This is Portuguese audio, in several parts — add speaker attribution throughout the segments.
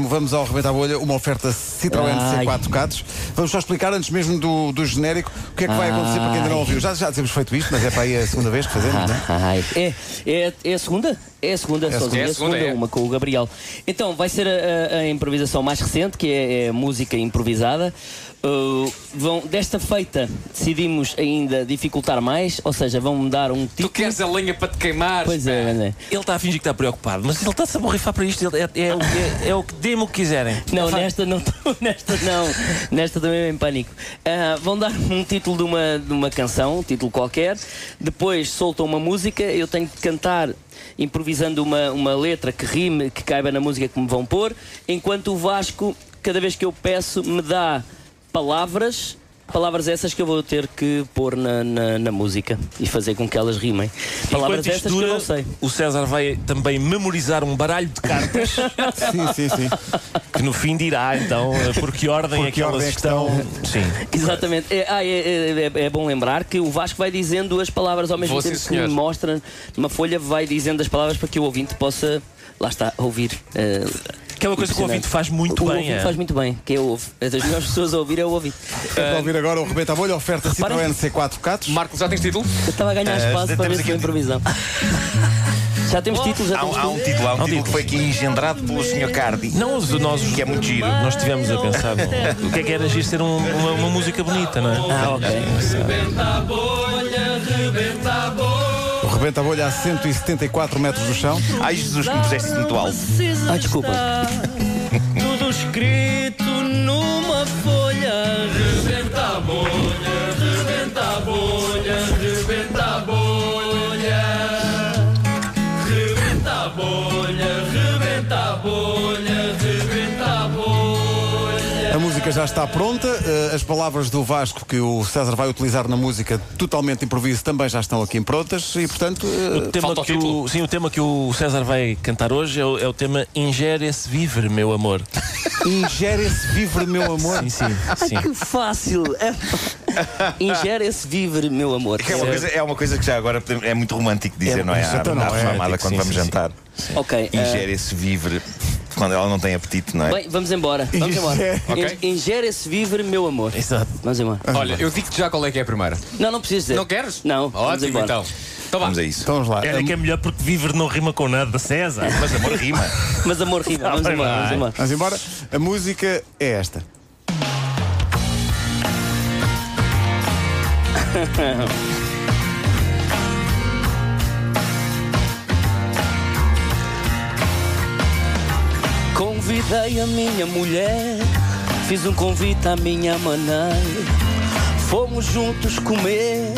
Speaker 1: vamos ao Rebenta a Bolha, uma oferta Citroën
Speaker 2: Ai.
Speaker 1: C4 Catos. Vamos só explicar, antes mesmo do, do genérico, o que é que vai acontecer para quem ainda não ouviu. Já, já temos feito isto, mas é para aí a segunda vez que fazemos, não é?
Speaker 2: Ai, é, é, é a segunda? É a segunda, sozinho,
Speaker 3: segunda,
Speaker 2: é a segunda,
Speaker 3: é.
Speaker 2: uma com o Gabriel. Então, vai ser a, a- a improvisação mais recente, que é, é música improvisada. Uh, vão, desta feita, decidimos ainda dificultar mais, ou seja, vão mudar um
Speaker 3: Tu
Speaker 2: título.
Speaker 3: queres a lenha para te queimar?
Speaker 2: Pois é, né?
Speaker 4: Ele está a fingir que está preocupado, mas ele está-se a borrifar para isto. Ele é, é o- é- é o que dê-me o que quiserem.
Speaker 2: Não,
Speaker 4: Fa-
Speaker 2: nesta não estou, nesta não, nesta também é em pânico. Ah, vão dar um título de uma, de uma canção, um título qualquer, depois soltam uma música, eu tenho que cantar improvisando uma, uma letra que rime, que caiba na música que me vão pôr, enquanto o Vasco, cada vez que eu peço, me dá palavras, palavras essas que eu vou ter que pôr na, na, na música e fazer com que elas rimem. Palavras
Speaker 4: Enquanto isto
Speaker 2: essas
Speaker 4: dura,
Speaker 2: que eu não sei.
Speaker 4: o César vai também memorizar um baralho de cartas
Speaker 1: Sim, sim, sim.
Speaker 4: que no fim dirá então por que ordem
Speaker 1: Por
Speaker 4: é
Speaker 1: que
Speaker 4: que elas
Speaker 1: ordem é que
Speaker 4: estão. Sim.
Speaker 2: Exatamente. É, ah, é, é- é- é bom lembrar que o Vasco vai dizendo as palavras ao mesmo
Speaker 3: Vou,
Speaker 2: tempo
Speaker 3: sim,
Speaker 2: que
Speaker 3: senhor.
Speaker 2: mostra numa folha, vai dizendo as palavras para que o ouvinte possa, lá está, ouvir. eh,
Speaker 4: Que é uma coisa que o ouvinte faz muito
Speaker 2: o
Speaker 4: bem.
Speaker 2: ouvinte
Speaker 4: é.
Speaker 2: faz muito bem, que é o ouve. As melhores pessoas a ouvir é o ouvinte.
Speaker 1: Vamos ouvir agora o Rebenta a Bolha, oferta Citroën
Speaker 2: Reparem.
Speaker 1: C4 Catos.
Speaker 3: Marco, já tens um? título?
Speaker 2: Eu estava a ganhar espaço para ver se foi improvisão. já temos títulos, já
Speaker 5: Há um,
Speaker 2: temos
Speaker 5: há um
Speaker 2: títulos.
Speaker 5: título, há um
Speaker 4: Há um
Speaker 5: título
Speaker 4: título.
Speaker 5: que foi aqui engendrado pelo Sr. Cardi.
Speaker 4: Não, os- nós, os-
Speaker 5: Que é muito giro.
Speaker 4: nós estivemos a pensar no- o que é que era agir ser um- uma, uma música bonita, não é?
Speaker 2: Ah, ok.
Speaker 1: O Rebenta a Bolha a 174 metros do chão.
Speaker 5: Ai Jesus, que me puseste muito alto.
Speaker 2: Ah, desculpa.
Speaker 6: Tudo escrito numa folha. Rebenta a bolha, rebenta a bolha, rebenta a bolha. Rebenta a bolha, rebenta a bolha, rebenta a bolha.
Speaker 1: A música já está pronta, eh, as palavras do Vasco que o César vai utilizar na música totalmente de improviso também já estão aqui prontas e, portanto, eh,
Speaker 4: O tema,
Speaker 3: Falta o
Speaker 4: que o,
Speaker 3: título.
Speaker 4: sim, o tema que o César vai cantar hoje é o, é o tema Ingere esse vivre, meu amor.
Speaker 1: ingere esse vivre, meu amor.
Speaker 4: Sim, sim, sim.
Speaker 2: Que fácil! É. Ingere esse viver, meu amor.
Speaker 5: Que É uma, coisa, é uma coisa que já agora podemos- é muito romântico dizer,
Speaker 4: É,
Speaker 5: não é?
Speaker 4: isso
Speaker 5: À,
Speaker 4: então não
Speaker 5: à
Speaker 4: é,
Speaker 5: reformada
Speaker 4: tipo,
Speaker 5: quando
Speaker 4: sim,
Speaker 5: vamos
Speaker 4: sim, sim.
Speaker 5: jantar.
Speaker 2: Ok. ah,
Speaker 5: Ingere esse vivre quando ela não tem apetite, não é?
Speaker 2: Bem, vamos embora. Vamos embora.
Speaker 3: Ok.
Speaker 2: In- Ingere esse viver, meu amor.
Speaker 4: Exato.
Speaker 2: Vamos embora.
Speaker 3: Olha, eu digo-te já qual é que é a primeira.
Speaker 2: Não, não precisas dizer.
Speaker 3: Não queres?
Speaker 2: Não. vamos
Speaker 3: Ótimo,
Speaker 2: embora.
Speaker 3: então. Então vá.
Speaker 5: Vamos a isso.
Speaker 1: Então vamos lá.
Speaker 4: Era que é melhor porque vivre não rima com nada, César.
Speaker 5: Mas amor rima.
Speaker 2: Mas amor, rima. Vamos
Speaker 4: Tá bem,
Speaker 2: embora,
Speaker 4: vai.
Speaker 2: vamos embora.
Speaker 1: Vamos embora. A música é esta.
Speaker 2: Convidei a minha mulher, fiz um convite à minha maneira. Fomos juntos comer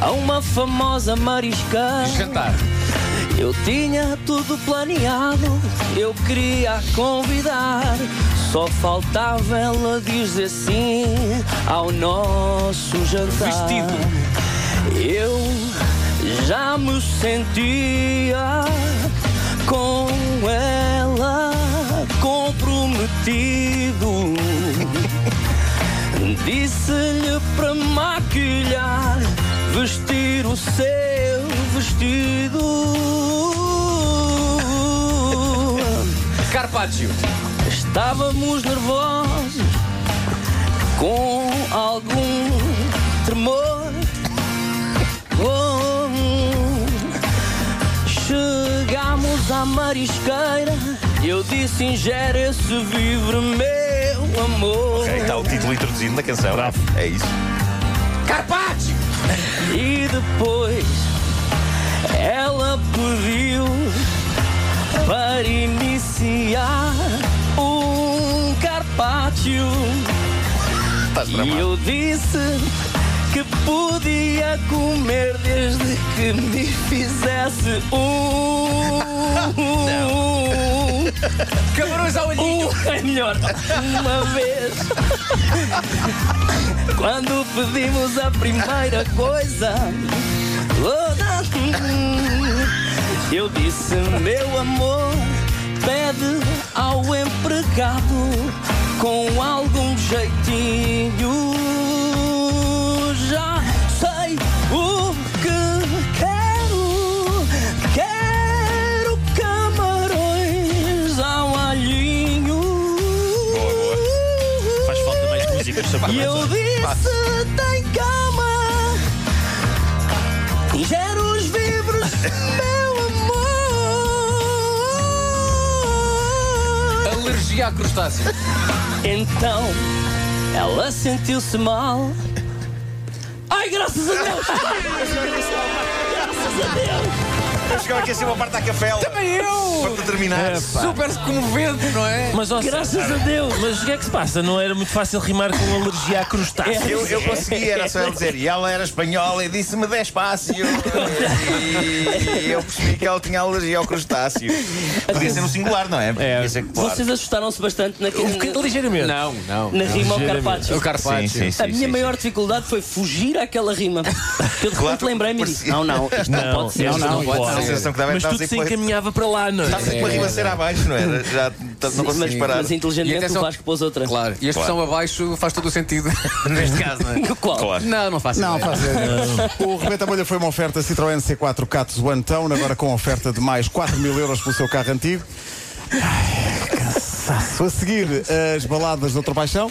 Speaker 2: a uma famosa marisqueira.
Speaker 3: Jantar.
Speaker 2: Eu tinha tudo planeado, eu queria a convidar. Só faltava ela dizer sim ao nosso jantar. Eu já me sentia com ela comprometido. Disse-lhe para maquilhar, vestir o seu vestido.
Speaker 3: Carpaccio.
Speaker 2: Estávamos nervosos com algum tremor. Oh. Chegámos à marisqueira. Eu disse: ingere esse vivre, meu amor.
Speaker 5: Ok, Está o título introduzido na canção. É isso.
Speaker 3: Carpaccio!
Speaker 2: E depois ela pediu para iniciar um carpaccio.
Speaker 5: Estás
Speaker 2: E
Speaker 5: tramado.
Speaker 2: eu disse que podia comer desde que me fizesse um.
Speaker 3: Camarões ao olhinho.
Speaker 2: um é melhor, uma vez. Quando pedimos a primeira coisa. oh, assim, Eu disse, meu amor, pede ao empregado com algum jeitinho. Já sei o que quero. Quero camarões ao alhinho.
Speaker 5: ter chapéu.
Speaker 2: E eu disse: tem calma, ingere os vibros, meu amor.
Speaker 3: Alergia a crustáceos.
Speaker 2: Então ela sentiu-se mal. Ai, graças a Deus! graças a Deus!
Speaker 5: Eu chegava aqui assim uma parte da café. Também eu! Para terminar.
Speaker 4: É,
Speaker 3: Super comovente, não é?
Speaker 4: Mas, ó,
Speaker 2: Graças a Deus!
Speaker 4: mas o que é que se passa? Não era muito fácil rimar com alergia a crustáceos.
Speaker 5: Eu, eu consegui, era só ele dizer. E ela era espanhola e disse-me despacio. E, e eu percebi que ela tinha alergia ao crustáceo. Podia ser no singular, não é? Podia ser que, claro.
Speaker 2: Vocês assustaram-se bastante naquele.
Speaker 4: Um bocadinho ligeiramente.
Speaker 3: Não, não.
Speaker 2: Na rima ao
Speaker 4: ligeiramente.
Speaker 2: Carpaccio.
Speaker 3: O Carpaccio.
Speaker 5: Sim, sim, sim.
Speaker 2: A minha maior dificuldade foi fugir àquela rima. Que eu de
Speaker 5: Claro,
Speaker 2: repente lembrei-me e disse: Não,
Speaker 5: parecia-
Speaker 2: não, isto não,
Speaker 4: Não,
Speaker 2: pode ser.
Speaker 4: isto
Speaker 2: isto
Speaker 4: não pode
Speaker 5: A sensação que dava é que
Speaker 4: Mas tudo
Speaker 5: estávamos aí
Speaker 4: se
Speaker 5: com a-
Speaker 4: encaminhava para lá, não é?
Speaker 5: estávamos aí com a ribanceira abaixo, não era? Já t- não conseguimos
Speaker 2: Mas,
Speaker 5: parar.
Speaker 2: mas
Speaker 3: E
Speaker 2: inteligentemente
Speaker 3: atenção-
Speaker 2: o Vasco pôs outra.
Speaker 3: Claro. E a expressão abaixo faz todo o sentido. Neste caso, não é?
Speaker 2: Qual?
Speaker 5: Claro.
Speaker 3: Não, não faço
Speaker 1: Não,
Speaker 3: ideia.
Speaker 1: faz O Rebenta Bolha foi uma oferta Citroën C4 Catos One Town, agora com oferta de mais 4 mil euros pelo seu carro antigo. Ai, cansaço. A seguir, as baladas de outra paixão.